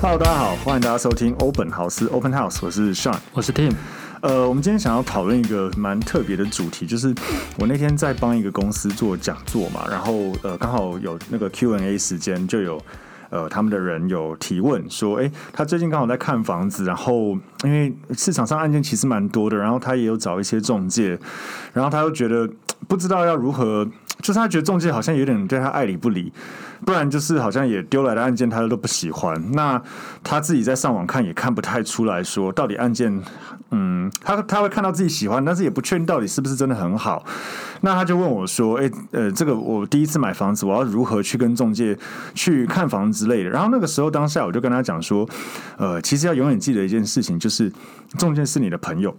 Hello，大家好，欢迎大家收听 Open House Open House，我是 Sean。我是 Tim，呃，我们今天想要讨论一个蛮特别的主题，就是我那天在帮一个公司做讲座嘛，然后呃刚好有那个 Q&A 时间，就有呃他们的人有提问说，诶，他最近刚好在看房子，然后因为市场上案件其实蛮多的，然后他也有找一些中介，然后他又觉得不知道要如何，就是他觉得中介好像有点对他爱理不理，不然就是好像也丢来的案件他都不喜欢。那他自己在上网看也看不太出来说到底案件，嗯，他他会看到自己喜欢，但是也不确定到底是不是真的很好。那他就问我说：“哎、呃，这个我第一次买房子，我要如何去跟中介去看房之类的？”然后那个时候当下我就跟他讲说：“呃，其实要永远记得一件事情，就是中介是你的朋友。”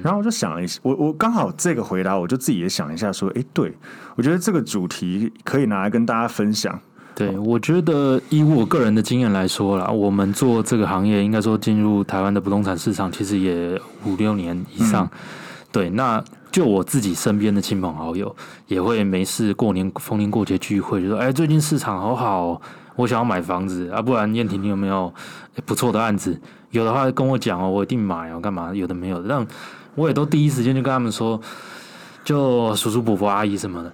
然后我就想了一下，我我刚好这个回答，我就自己也想一下，说，哎，对我觉得这个主题可以拿来跟大家分享。对我觉得以我个人的经验来说啦，我们做这个行业，应该说进入台湾的不动产市场，其实也五六年以上。对，那就我自己身边的亲朋好友，也会没事过年逢年过节聚会，就说：“哎，最近市场好好哦，我想要买房子啊，不然燕婷你有没有哎不错的案子？有的话跟我讲哦，我一定买哦，干嘛？有的没有的，但我也都第一时间就跟他们说，就叔叔伯伯阿姨什么的，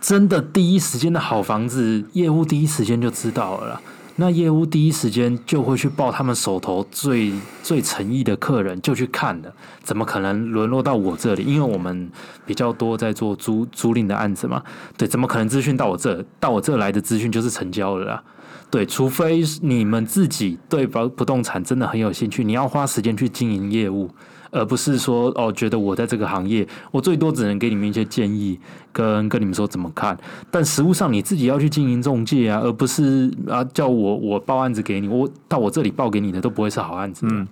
真的第一时间的好房子，业务第一时间就知道了啦。那业务第一时间就会去报他们手头最最诚意的客人，就去看的，怎么可能沦落到我这里？因为我们比较多在做租租赁的案子嘛，对，怎么可能资讯到我这？到我这来的资讯就是成交了啦。对，除非是你们自己对不不动产真的很有兴趣，你要花时间去经营业务，而不是说哦，觉得我在这个行业，我最多只能给你们一些建议，跟跟你们说怎么看。但实物上你自己要去经营中介啊，而不是啊叫我我报案子给你，我到我这里报给你的都不会是好案子。嗯，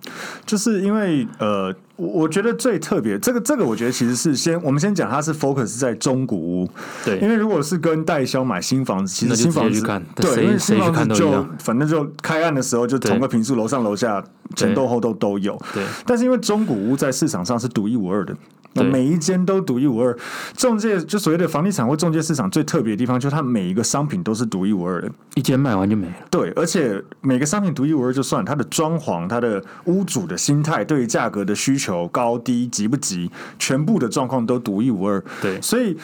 就是因为呃，我我觉得最特别，这个这个，我觉得其实是先我们先讲，它是 focus 在中古屋，对，因为如果是跟代销买新房子，其那实新就房直接子去看谁对，因为新谁去房看子都一就样反正就开案的时候就同对个平数，楼上楼下前对斗后斗都有。对但是因为中古屋在市场上是独一无二的。那对每一间都独一无二，中介就所谓的房地产或中介市场最特别的地方，就是它每一个商品都是独一无二的。一间卖完就没了。对，而且每个商品独一无二就算，它的装潢、它的屋主的心态、对于价格的需求高低、急不急，全部的状况都独一无二。对所以。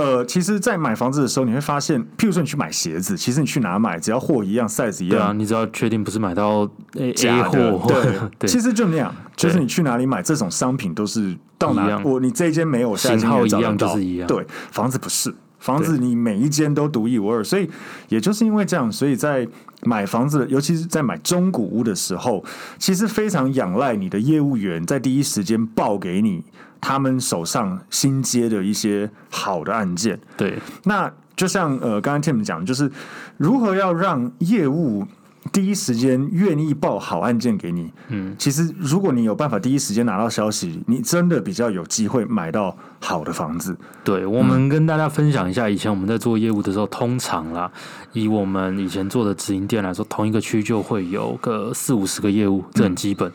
呃，其实，在买房子的时候，你会发现，譬如说你去买鞋子，其实你去哪买，只要货一样，size 一对啊，样，你只要确定不是买到 A A 假的货，对， 对，其实就那样，就是对你去哪里买这种商品，都是到一哪样我你这一间没有，下一间型号也找一得样就到是一样对，房子不是房子，你每一间都独一无二，所以也就是因为这样，所以在买房子，尤其是在买中古屋的时候，其实非常仰赖你的业务员在第一时间报给你他们手上新接的一些好的案件。对那就像呃，刚刚 Tim 讲，就是如何要让业务第一时间愿意报好案件给你。嗯，其实如果你有办法第一时间拿到消息，你真的比较有机会买到好的房子。对，我嗯们跟大家分享一下，以前我们在做业务的时候，通常啦，以我们以前做的直营店来说，同一个区就会有个四五十个业务，这很基本。嗯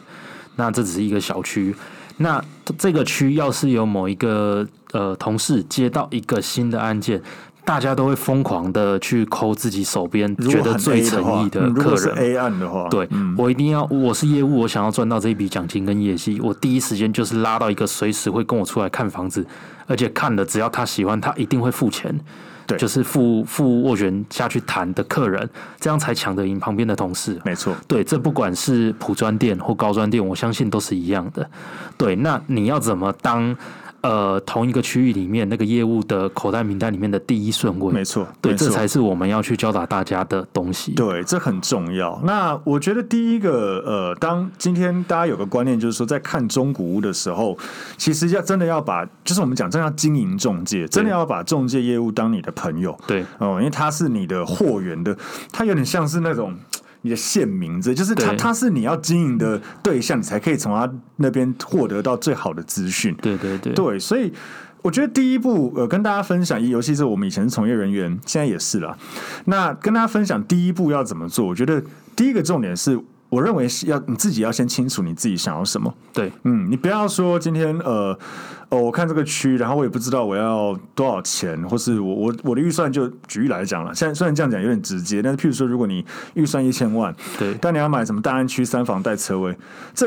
那这只是一个小区，那这个区要是有某一个呃同事接到一个新的案件。大家都会疯狂的去抠自己手边如觉果得很最 A 诚的话意，的嗯如客果是人， A 案的话，对、我一定要，我是业务，我想要赚到这一笔奖金跟业绩，我第一时间就是拉到一个随时会跟我出来看房子，而且看了只要他喜欢，他一定会付钱，对就是付付斡旋下去谈的客人，这样才抢得赢旁边的同事。没错。对，这不管是普专店或高专店，我相信都是一样的。对，那你要怎么当呃同一个区域里面那个业务的口袋名单里面的第一顺位？没错对，没错这才是我们要去教导大家的东西。对，这很重要。那我觉得第一个，呃，当今天大家有个观念，就是说在看中古屋的时候，其实要真的要把，就是我们讲真的要经营中介，真的要把中介业务当你的朋友。对哦，因为他是你的货源的，他有点像是那种。你的县名字就是他，对他是你要经营的对象，你才可以从他那边获得到最好的资讯。对对对对，所以我觉得第一步，呃，跟大家分享，尤其是我们以前是从业人员，现在也是啦。那跟大家分享第一步要怎么做，我觉得第一个重点是。我认为是要你自己要先清楚你自己想要什么。对，嗯，你不要说今天呃，哦，我看这个区，然后我也不知道我要多少钱，或是我我我的预算就举例来讲了。现在虽然这样讲有点直接，但是譬如说，如果你预算一千万，对，但你要买什么大安区三房带车位，这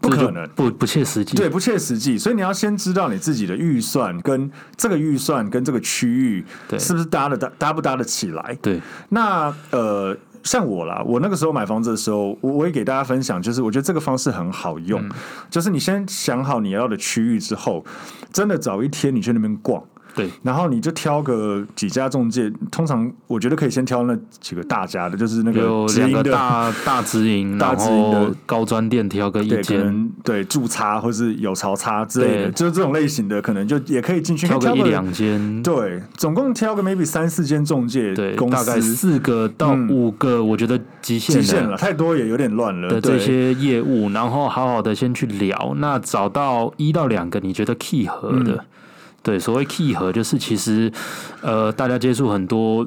不这就可能。不不切实际。对，不切实际，所以你要先知道你自己的预算跟这个预算跟这个区域对是不是搭的搭搭不搭得起来。对那呃，像我啦，我那个时候买房子的时候，我我也给大家分享，就是我觉得这个方式很好用，嗯就是你先想好你要的区域之后，真的找一天你去那边逛。对然后你就挑个几家中介，通常我觉得可以先挑那几个大家的，就是那有个直两营个的， 大大直营，大然直营的后高专店挑个一对，可间，能对驻差或是有槽差之类的，对就是这种类型的，可能就也可以进去挑挑个一两间，对，总共挑个 maybe 三四间中介对，公大概司，四个到嗯五个，我觉得极限极了限了，太多也有点乱了。的这对些业务，然后好好的先去聊，那找到一到两个你觉得契合的，嗯对，所谓契合就是其实呃，大家接触很多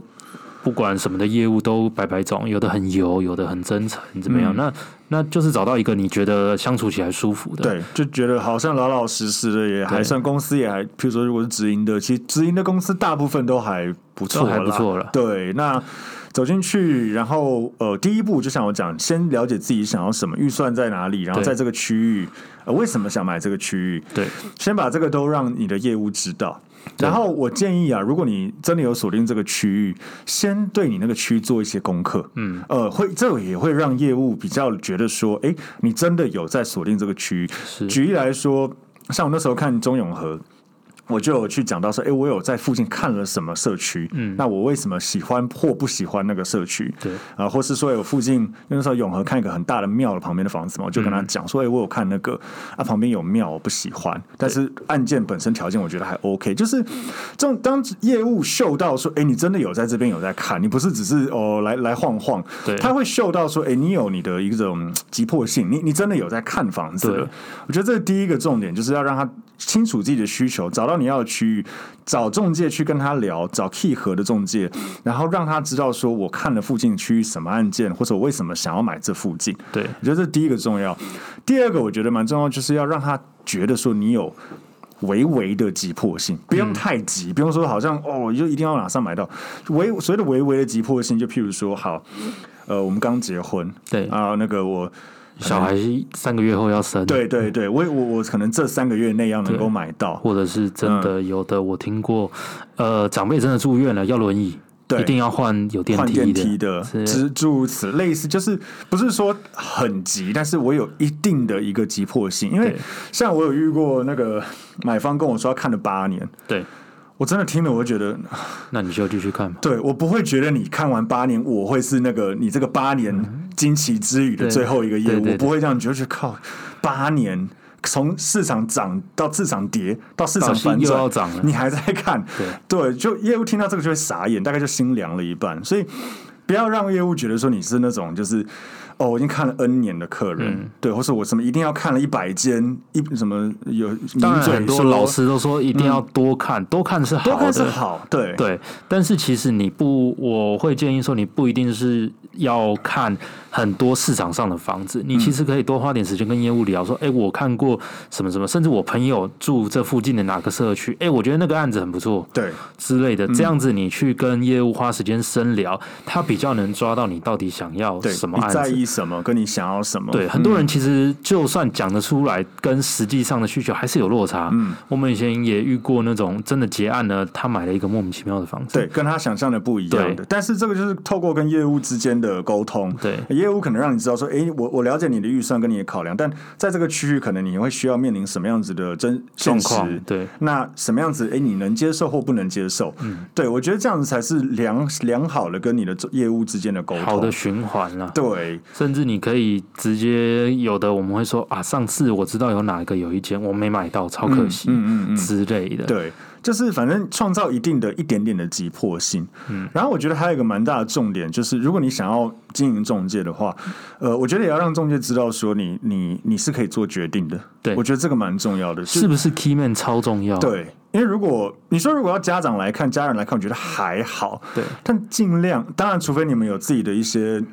不管什么的业务都百百种，有的很油，有的很真诚，怎么样？嗯那那就是找到一个你觉得相处起来舒服的，对，就觉得好像老老实实的，也还对算公司也还，譬如说如果是直营的，其实直营的公司大部分都还不错，都还不错了。对，那走进去，然后呃，第一步就像我讲，先了解自己想要什么，预算在哪里，然后对在这个区域，呃，为什么想买这个区域，对先把这个都让你的业务知道。对然后我建议啊，如果你真的有锁定这个区域，先对你那个区做一些功课，嗯，呃，会这也会让业务比较觉得说，哎，你真的有在锁定这个区域。是举例来说，像我那时候看钟永和。我就有去讲到说，哎、我有在附近看了什么社区，嗯，那我为什么喜欢或不喜欢那个社区？对啊、或是说有附近那时候永和看一个很大的庙的旁边的房子嗯嘛，我就跟他讲说，哎、我有看那个啊，旁边有庙，我不喜欢，但是案件本身条件我觉得还 OK，就是这种当业务嗅到说，哎、你真的有在这边有在看，你不是只是哦来来晃晃，对他会嗅到说，哎、你有你的一种急迫性，你你真的有在看房子了对。我觉得这是第一个重点，就是要让他清楚自己的需求，找到你要的区域，找中介去跟他聊，找 key 合的中介，然后让他知道说我看了附近区域什么案件，或者我为什么想要买这附近。对我觉得这第一个重要。第二个我觉得蛮重要，就是要让他觉得说你有。微微的急迫性，不用太急，不用说好像哦，我就一定要马上买到。微所谓的微微的急迫性，就譬如说，好，呃，我们刚结婚，对啊、那个我小孩三个月后要生，，对对对，我我我可能这三个月内要能够买到，或者是真的嗯有的我听过，呃，长辈真的住院了要轮椅，对一定要换有电换梯电梯的，是之诸如此类似，就是不是说很急，但是我有一定的一个急迫性，因为对像我有遇过那个买方跟我说他看了八年，对，我真的听了，我就觉得，那你就继续看吧。对我不会觉得你看完八年，我会是那个你这个八年惊奇之旅的嗯对最后一个业对务，对我不会这样，你就觉得靠八年。从市场涨到市场跌，到市场到反又转要涨了你还在看，对，就业务听到这个就会傻眼，大概就心凉了一半。所以不要让业务觉得说你是那种就是哦，我已经看了 N 年的客人，嗯对，或是我什么一定要看了一百间，一什么有当名然，嘴很多说嗯老师都说一定要多看，多看是多好看的，是好，对对。但是其实你不，我会建议说，你不一定是要看很多市场上的房子，你嗯其实可以多花点时间跟业务聊，说，哎、我看过什么什么，甚至我朋友住这附近的哪个社区，哎、我觉得那个案子很不错对嗯之类的。这样子，你去跟业务花时间深聊，他比较能抓到你到底想要对，什么你案在子。意什么，跟你想要什么，嗯对，很多人其实就算讲得出来，跟实际上的需求还是有落差。嗯，我们以前也遇过那种真的结案呢，他买了一个莫名其妙的房 子。对，跟他想象的不一样的对。但是这个就是透过跟业务之间的沟通，对业务可能让你知道说，哎、我我了解你的预算跟你的考量，但在这个区域可能你会需要面临什么样子的真状现实况对。那什么样子？哎、你能接受或不能接受？嗯，对我觉得这样子才是良良好的跟你的业务之间的沟通。好的循环啦、对甚至你可以直接有的我们会说啊，上次我知道有哪一个有一间我没买到，超可惜，嗯嗯之类的。对，就是反正创造一定的一点点的急迫性。嗯，然后我觉得还有一个蛮大的重点就是，如果你想要经营中介的话，呃，我觉得也要让中介知道说你你你是可以做决定的。对我觉得这个蛮重要的。就是不是 key man 超重要？啊对，因为如果你说如果要家长来看、家人来看，我觉得还好。对但尽量，当然，除非你们有自己的一些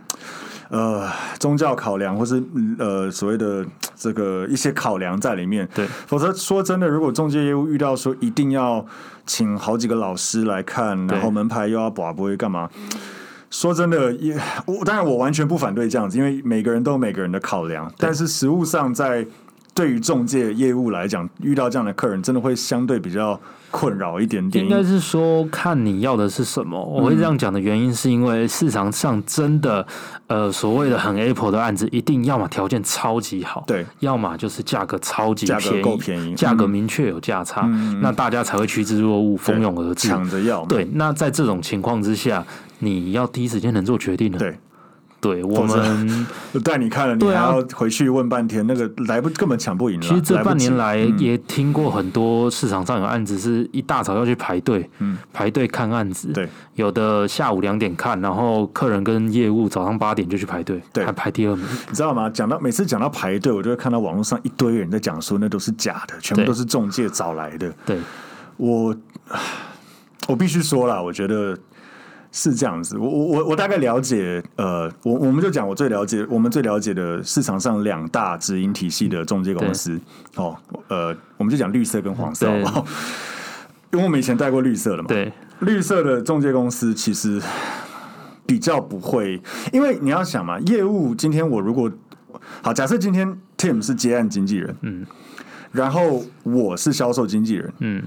呃宗教考量，或是呃所谓的这个一些考量在里面。对，否则说真的，如果中介业务遇到说一定要请好几个老师来看，然后对门牌又要把不会干嘛？说真的，也我当然我完全不反对这样子，因为每个人都有每个人的考量。但是实物上，在对于中介业务来讲，遇到这样的客人，真的会相对比较困扰一点点。应该是说看你要的是什么。我会这样讲的原因，是因为市场上真的，呃，所谓的很 Apple 的案子，一定要么条件超级好，对，要么就是价格超级价格便宜，够便宜价格嗯明确有价差，那大家才会趋之若鹜，蜂拥而至。抢着要嘛，对，那在这种情况之下，你要第一时间能做决定的。对，对我否则们带你看了，你对还啊要回去问半天，那个来不根本抢不赢了。其实这来不半及嗯年来也听过很多市场上有案子是一大早要去排队，嗯排队看案子，对，有的下午两点看，然后客人跟业务早上八点就去排队，对还排第 二名，你知道吗？讲到每次讲到排队，我就会看到网络上一堆人在讲说那都是假的，全部对都是中介找来的。对，我我必须说啦，我觉得是这样子。我我我我大概了解，呃，我我们就讲我最了解，我们最了解的市场上两大直营体系的中介公司。哦，呃，我们就讲绿色跟黄色好对不好？因为我们以前带过绿色的嘛，对，绿色的中介公司其实比较不会，因为你要想嘛，业务今天我如果好，假设今天 Tim 是接案经纪人，嗯，然后我是销售经纪人，嗯，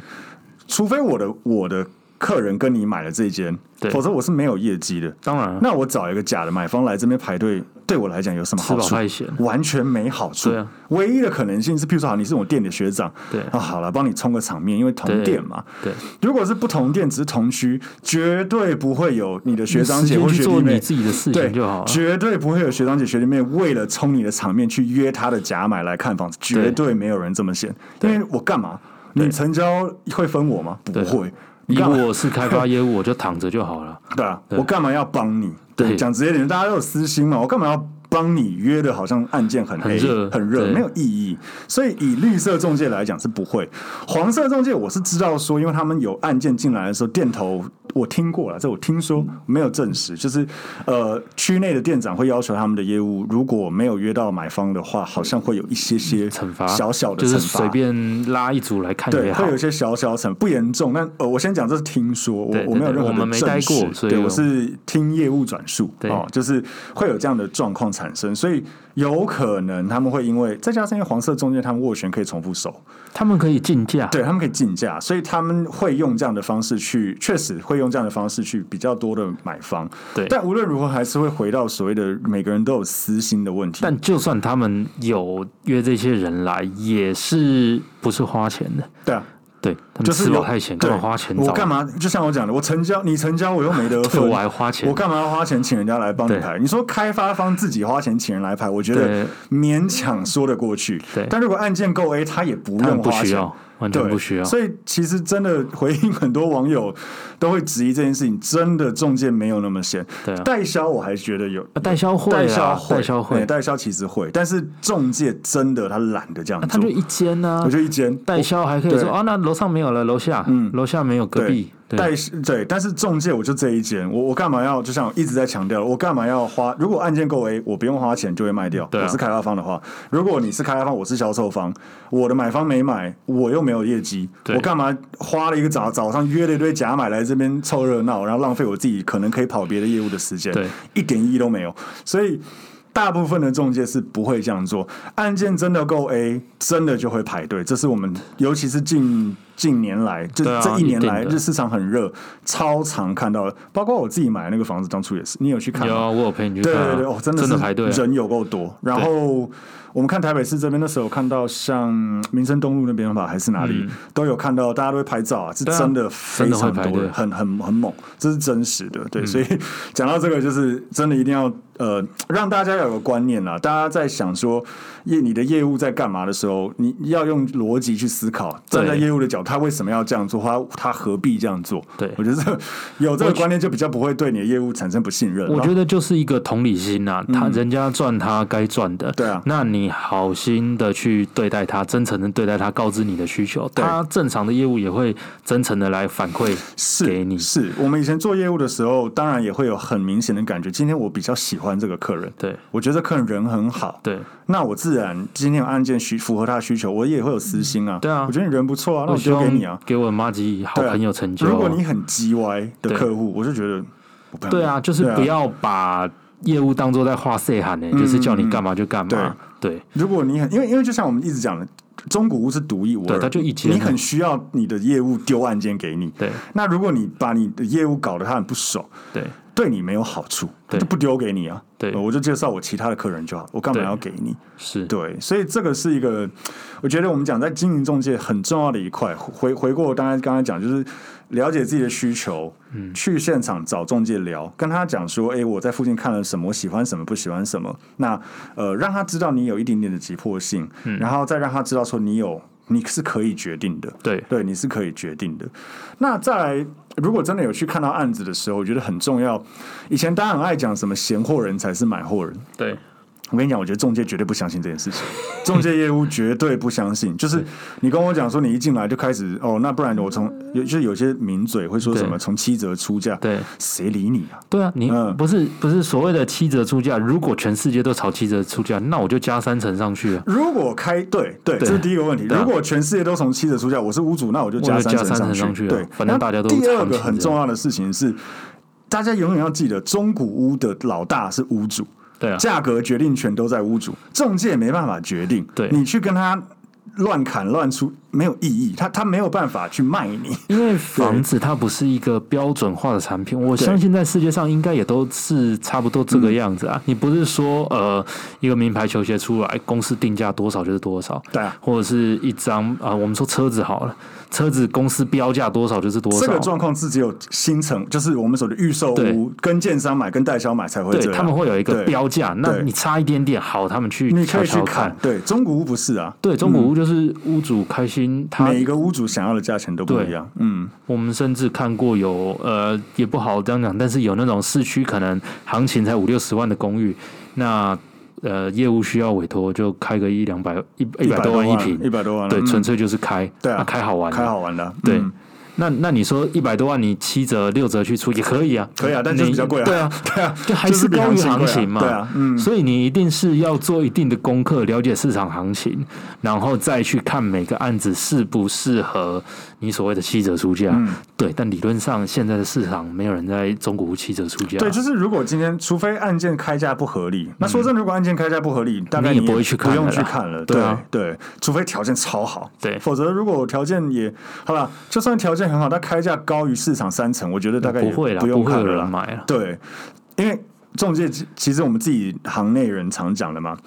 除非我的我的客人跟你买了这一间，对嗯否则我是没有业绩的。当然了，啊那我找一个假的买方来这边排队，对我来讲有什么吃好饱处？太闲，完全没好处。对啊唯一的可能性是，譬如说，好，你是我店里学长，对啊，好了，帮你冲个场面，因为同对店嘛，对，如果是不同店，只是同区，绝对不会有你的学长时姐间或去学做弟你妹。自己的事对情就好了，，绝对不会有学长姐、学弟妹为了冲你的场面去约他的假买来看房子，绝对没有人这么闲。因对为我干嘛？你成交会分我吗？不对会。你以干嘛？我是开发业务，我就躺着就好了，对啊，对我干嘛要帮你？对讲直接点，大家都有私心嘛，我干嘛要帮你约的？好像案件很很黑热很热，对没有意义。所以以绿色中介来讲是不会，黄色中介我是知道说，因为他们有案件进来的时候，店头我听过了，这我听嗯说没有证实，就是呃，区内的店长会要求他们的业务，如果没有约到买方的话，好像会有一些些惩罚小小的就惩是罚随。便拉一组来看对，也好会有一，些小小惩，不严重。但呃，我先讲，这是听说，我对对我没有对任何我们的没证待过实所以对我我是听业务转述，对哦，就是会有这样的状况产生，所以有可能他们会因为再加上因为黄色中介他们斡旋可以重复收，他们可以竞价，对他们可以竞价，所以他们会用这样的方式去，确实会用这样的方式去比较多的买方，对但无论如何还是会回到所谓的每个人都有私心的问题，但就算他们有约这些人来，也是不是花钱的？对啊。对，他就们是吃饱有太闲，对干嘛花钱找？啊我干嘛？就像我讲的，我成交你成交，我又没得 对分，我还花钱我干嘛要花钱请人家来帮你对排？你说开发方自己花钱请人来排，我觉得对勉强说得过去。对但如果案件够 A，他也不他们用不花需钱。要，完全对，不需要。所以其实真的回应很多网友都会质疑这件事情，真的中介没有那么闲。对啊代销我还觉得有，啊代销会啊，代销会，代销对会，代销其实会，但是中介真的他懒得这样啊那他做就。一间呢我。就一间代销还可以对说啊，那楼上没有了，楼下，嗯楼下没有隔壁，但对，是对，但是中介我就这一间，我我干嘛要？就像我一直在强调，我干嘛要花？如果案件够 A，我不用花钱就会卖掉。对啊我是开发方的话，如果你是开发方，我是销售方，我的买方没买，我又没有业绩，对我干嘛花了一个早早上约了一堆假买来这边凑热闹，然后浪费我自己可能可以跑别的业务的时间？对，一点意义都没有。所以。大部分的中介是不会这样做，案件真的够 A，真的就会排队。这是我们，尤其是近近年来，这、对啊这一年来，一定的这市场很热，超常看到的，包括我自己买的那个房子，当初也是，你有去看有吗？啊我有陪你去对看啊，对对，哦，真的真是的排队啊，人有够多。然后我们看台北市这边那时候，看到像嗯民生东路那边吧，还是哪里、都有看到，大家都会拍照啊，是嗯对啊真的非常真的会排多队嗯人，很很很猛，这是真实的。对，所以讲到这个，就是真的一定要呃，让大家要有个观念啦。啊大家在想说业你的业务在干嘛的时候，你你要用逻辑去思考，站在对业务的角他为什么要这样做，他他何必这样做？对我觉得这有这个观念就比较不会对你的业务产生不信任。我然觉后嗯得就是一个同理心呐、他人家赚他该赚的，对啊那你好心的去对待他，真诚的对待他，告知你的需求，对他正常的业务也会真诚的来反馈是给你。是我们以前做业务的时候，当然也会有很明显的感觉，今天我比较喜欢这个客人，对我觉得这客人人很好，对，那我自然今天有案件需符合他的需求，我也会有私心啊。对啊我觉得你人不错啊，那我希就望给你啊。给我妈吉好对啊朋友成就。如果你很叽歪的对客户，我就觉得我不想对理啊，你就是不。要把业务当做在画塞喊嗯呢，就是叫你干嘛就干嘛。对如果你很因为因为就像我们一直讲的，中古屋是独一无对二，它就一间啊你很需要你的业务丢案件给你。对那如果你把你的业务搞得他很不爽，对对你没有好处，他对就不丢给你啊。对呃我就介绍我其他的客人就好，我干嘛对要给你？是，对，所以这个是一个，我觉得我们讲在经营中介很重要的一块。回回过刚才刚才讲，就是了解自己的需求，嗯，去现场找中介聊，跟他讲说，哎，我在附近看了什么，我喜欢什么，不喜欢什么。那呃，让他知道你有一点点的急迫性，嗯然后再让他知道说你有你是可以决定的，对对，你是可以决定的。那再来，如果真的有去看到案子的时候，我觉得很重要。以前大家很爱讲什么闲货人才是买货人，对我跟你讲，我觉得中介绝对不相信这件事情，中介业务绝对不相信。就是你跟我讲说，你一进来就开始哦，那不然我从有就是有些名嘴会说什么对从七折出价，对谁理你啊？对啊，你嗯不是不是所谓的七折出价，如果全世界都炒七折出价，那我就加三成上去啊。如果开对对，这是第一个问题。对啊如果全世界都从七折出价，我是屋主，那我就加我就三加成三成去。上去啊对，反正大家都那第二长期个这很样重要的事情是，大家永远要记得，中古屋的老大是屋主。对 啊，价格决定权都在屋主，中介没办法决定。对你去跟他乱砍乱出没有意义，他他没有办法去卖你。因为房子它不是一个标准化的产品，我相信在世界上应该也都是差不多这个样子嗯啊。你不是说呃一个名牌球鞋出来，公司定价多少就是多少，对啊或者是一张啊、呃我们说车子好了，车子公司标价多少就是多少，这个状况是只有新城，就是我们所谓的预售屋对跟建商买、跟代销买才会对这样。他们会有一个对，标价，那对你差一点点好，他们去你可瞧以去瞧看。。对，中古屋不是啊，对，中古屋就是屋主开心，他每一个屋主想要的价钱都不一样。嗯，我们甚至看过有呃，也不好这样讲，但是有那种市区可能行情才五六十万的公寓，那呃业务需要委托就开个一两百一一百多万一平，一百多万，对，嗯纯粹就是开，对那啊，开好玩，开，好玩的，对。嗯那那你说一百多万，你七折六折去出也可以啊，可以啊但就是你比较贵啊对啊，对啊， 就还 就是是比高于行贵啊情嘛，对啊，嗯，所以你一定是要做一定的功课，了解市场行情，然后再去看每个案子适不适合你所谓的七折出价。嗯对，但理论上现在的市场没有人在中古屋七折出价，对，就是如果今天，除非案件开价不合理，那说真的，如果案件开价不合理，大概嗯你也也不会去看不用了去啦看了。对啊对，除非条件超好，对否则如果条件也好了，就算条件很好，但开价高于市场三成，我觉得大概不也会啦，用不会看有了人啦。买了。啊对，因为。中介其其实我们自己行内人常讲的嘛，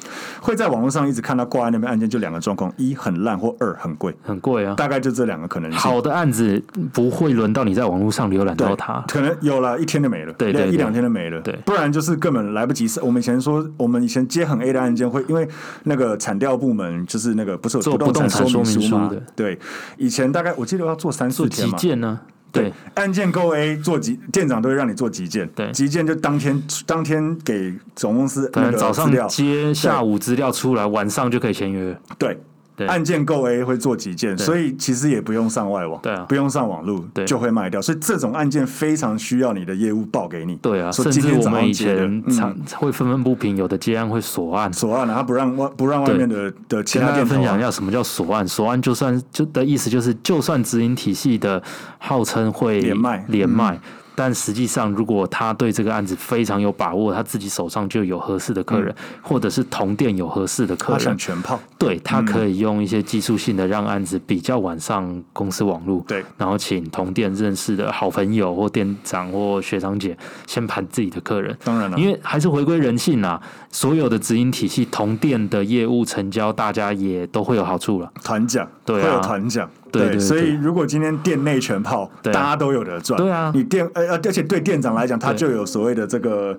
会在网络上一直看到挂在那边案件就两个状况：一很烂或二很贵，很贵啊，大概就这两个可能性。好的案子不会轮到你在网络上浏览对到它。可能有了一天就没了，对对一对两天就没了，对不然就是根本来不及。我们以前说，我们以前接很 A 的案件会，因为那个产调部门就是那个不是有做动产不动产明说明嘛书的，对，以前大概我记得要做三做四天几嘛。件呢？对，案件够 A 做急，店长都会让你做急件，对急件就当天当天给总公司可那能个早资上料，接，下午资料出来，晚上就可以签约。对，对案件够 A 会做急件，对所以其实也不用上外网，对啊不用上网路，对就会卖掉。所以这种案件非常需要你的业务报给你，对啊，说甚今至天我早们上以接的前嗯常会愤愤不平，有的接案会锁案，左岸啊，他不让外不让外对面的的其跟他大家店头分享一啊，下什么叫锁案。锁案就算就的意思就是，就算直营体系的号称会连麦嗯连麦，但实际上如果他对这个案子非常有把握，他自己手上就有合适的客人，或者是同店有合适的客嗯他想嗯人，全泡，对他可以用一些技术性的让案子比较晚上公司网络，对然后请同店认识的好朋友或店长或学长姐先盘自己的客人，当然了因为还是回归人性啊，所有的直营体系同店的业务成交，大家也都会有好处了。团奖对啊会有团奖，对对对所以如果今天店内全泡，对啊大家都有的赚，对啊呃你店呃而而且对店长来讲，他对就有所谓的这个。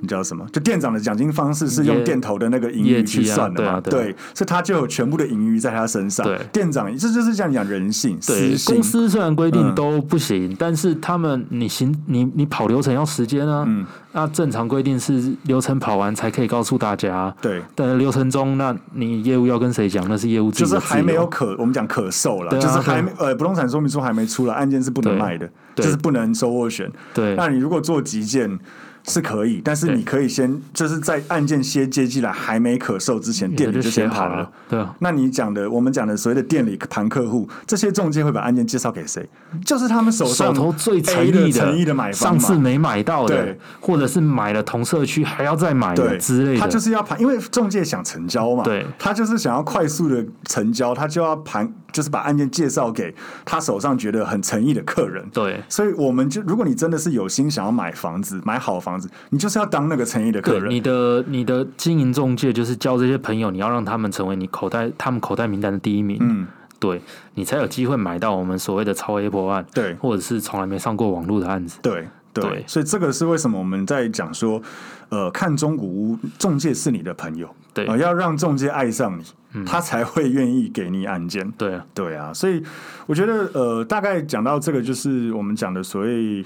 你叫什么？就店长的奖金方式是用业店头的那个盈业余绩去啊算的对嘛？啊对啊所以他就有全部的盈余在他身上。对店长这就是这样讲人性、对私，心公。司虽然规嗯定都不行，但是他们你行你你跑流程要时间啊，嗯，那正常规定是流程跑完才可以告诉大家。对，但是流程中，那你业务要跟谁讲，那是业务自就己是的自由还没有可，我们讲可售了，对啊就是还对呃，不动产说明书还没出来，案件是不能对卖的，就对是不能收斡旋。对那你如果做急件是可以，但是对你可以先就是在案件先接进来还没可售之前，店里就写先好谈了。，对啊，那你讲的，我们讲的所谓的店里谈客户，这些中介会把案件介绍给谁？就是他们手手上头最诚 A 意的的、诚意的买方上嘛。次没买到的对，或者是买了同社区还要再买的对之类他就的，是要盘，因为中介想成交嘛，对他就是想要快速的成交，他就要盘，就是把案件介绍给他手上觉得很诚意的客人。对所以我们就，如果你真的是有心想要买房子，买好房子，你就是要当那个诚意的客对，人你。的你的经营中介就是交这些朋友，你要让他们成为你口袋他们口袋名单的第一名，嗯，对你才有机会买到我们所谓的超 A 破案，对或者是从来没上过网络的案子，对对对所以这个是为什么我们在讲说，呃，看中古屋，中介是你的朋友，对嗯呃，要让中介爱上你，他才会愿意给你案件。对啊，对啊，所以我觉得呃，大概讲到这个，就是我们讲的所谓。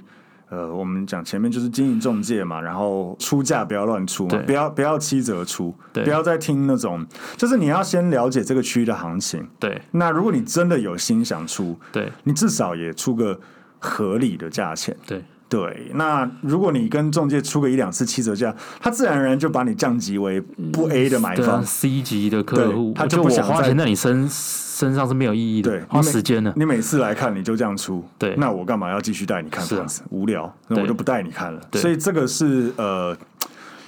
呃，我们讲前面就是经营中介嘛，然后出价不要乱出嘛对，不要不要七折出，对不要再听那种，就是你要先了解这个区域的行情。对那如果你真的有心想出，对你至少也出个合理的价钱。对对，那如果你跟中介出个一两次七折价，他自然而然就把你降级为不 A 的买对啊方。 ，C 级的客户对，他就就不我想花再钱在你身身上是没有意义的对，花时间的，你每次来看你就这样出，嗯对那我干嘛要继续带你看是啊房子？无聊，那我对就不带你看了。对所以这个是呃。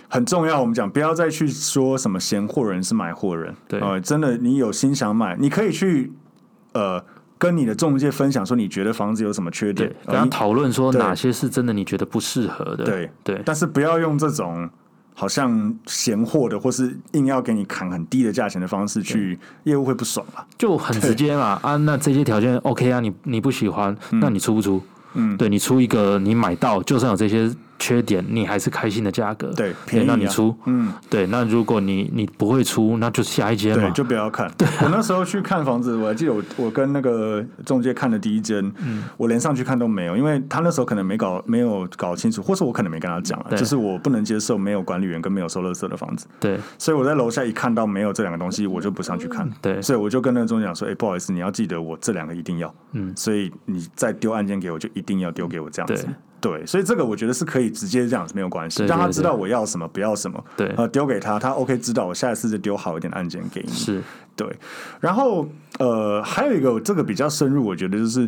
很重要，我们讲不要再去说什么嫌货人是买货人，对呃，真的，你有心想买，你可以去呃跟你的中介分享说你觉得房子有什么缺对点，，跟呃他你讨论说对哪些是真的你觉得不适合的，对对但是不要用这种好像嫌货的，或是硬要给你砍很低的价钱的方式去，业务会不爽啊。就很直接 嘛啊，那这些条件 OK 啊，你你不喜欢，那你出不出？嗯对你出一个你买到，就算有这些缺点，你还是开心的价格，对便宜那你啊出，嗯，对，那如果你你不会出，那就下一间对，嘛，就不要看。我那时候去看房子，我还记得我我跟那个中介看的第一间，嗯我连上去看都没有，因为他那时候可能没搞没有搞清楚，或是我可能没跟他讲啊，对就是我不能接受没有管理员跟没有收垃圾的房子，对所以我在楼下一看到没有这两个东西，我就不上去看。嗯对所以我就跟那个中介讲说：“哎、不好意思，你要记得我这两个一定要，嗯所以你再丢案件给我，就一定要丢给我这样子对。”对，所以这个我觉得是可以直接这样子没有关系，对对让他对知道我要什么，不要什么，对呃，丢给他，他 OK 知道，我下一次就丢好一点的案件给你。是，对，然后呃，还有一个这个比较深入，我觉得就是。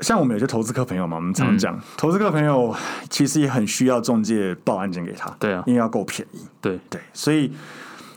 像我们有些投资客朋友嘛，我们嗯常讲，投资客朋友其实也很需要中介报案件给他，对啊因为要够便宜，对对，所以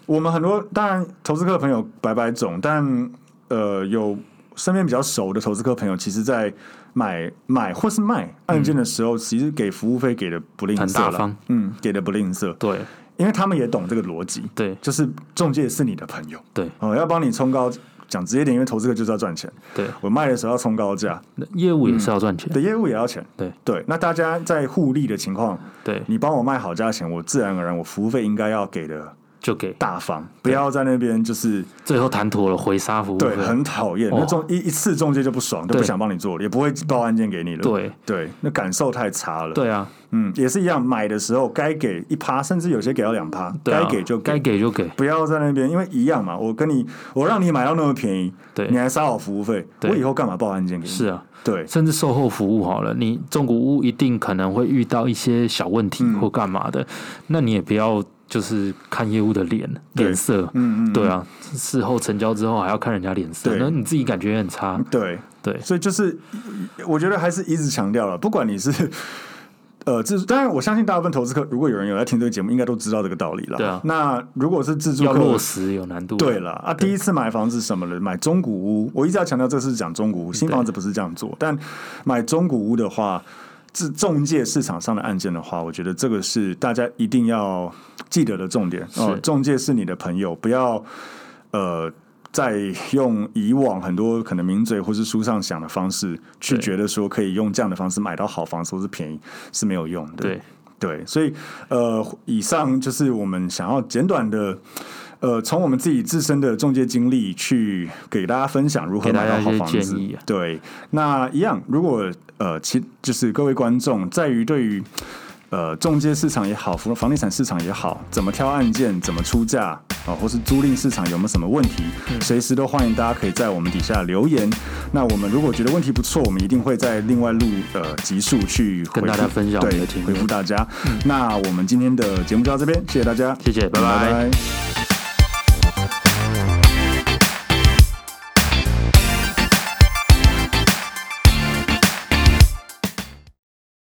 我们很多当然投资客朋友百百种，但呃，有身边比较熟的投资客朋友，其实在买买或是卖案件的时候，其实给服务费给的不吝嗯很啬大啦方，嗯，给的不吝啬，对因为他们也懂这个逻辑，对就是中介是你的朋友，对哦，要帮你冲高，讲直接点，因为投资客就是要赚钱。对，我卖的时候要冲高价，那业务也是要赚钱，对业务也要钱。对对，那大家在互利的情况，对，你帮我卖好价钱，我自然而然我服务费应该要给的就给大方，不要在那边就是最后谈妥了回杀服务对费，很讨厌。哦那中一一次中介就不爽，就不对想帮你做了，也不会报案件给你了。对对，那感受太差了。，对啊，嗯，也是一样，买的时候该给一趴，甚至有些给到两趴，对啊该给就该给就给，不要在那边，因为一样嘛。我跟你，我让你买到那么便宜，对你还杀我服务费，对我以后干嘛报案件给你？是啊，对甚至售后服务好了，你中古屋一定可能会遇到一些小问题嗯或干嘛的，那你也不要就是看业务的脸对脸色，嗯嗯嗯对啊，事后成交之后还要看人家脸色，对那你自己感觉也很差，对，对所以就是我觉得还是一直强调了，不管你是。 呃，自当然，我相信大部分投资客，如果有人有在听这个节目，应该都知道这个道理了。对啊那如果是自住要客，落实有难度，对了啊，第一次买房子什么的，买中古屋，我一直要强调这是讲中古屋，新房子不是这样做。但买中古屋的话，自中介市场上的案件的话，我觉得这个是大家一定要记得的重点哦。是中介是你的朋友，不要呃。再用以往很多可能名嘴或是书上想的方式去对觉得说可以用这样的方式买到好房子或是便宜是没有用的。对对，所以呃，以上就是我们想要简短的。呃，从我们自己自身的中介经历去给大家分享如何给大买家到一好些房建子议啊。对，那一样，如果呃，其就是各位观众在于对于呃中介市场也好，房房地产市场也好，怎么挑案件，怎么出价啊、或是租赁市场有没有什么问题，嗯随时都欢迎大家可以在我们底下留言。那我们如果觉得问题不错，我们一定会在另外录呃集数去回跟大家复分享我们对的经验回复大家。那我们今天的节目就到这边，谢谢大家，谢谢拜拜拜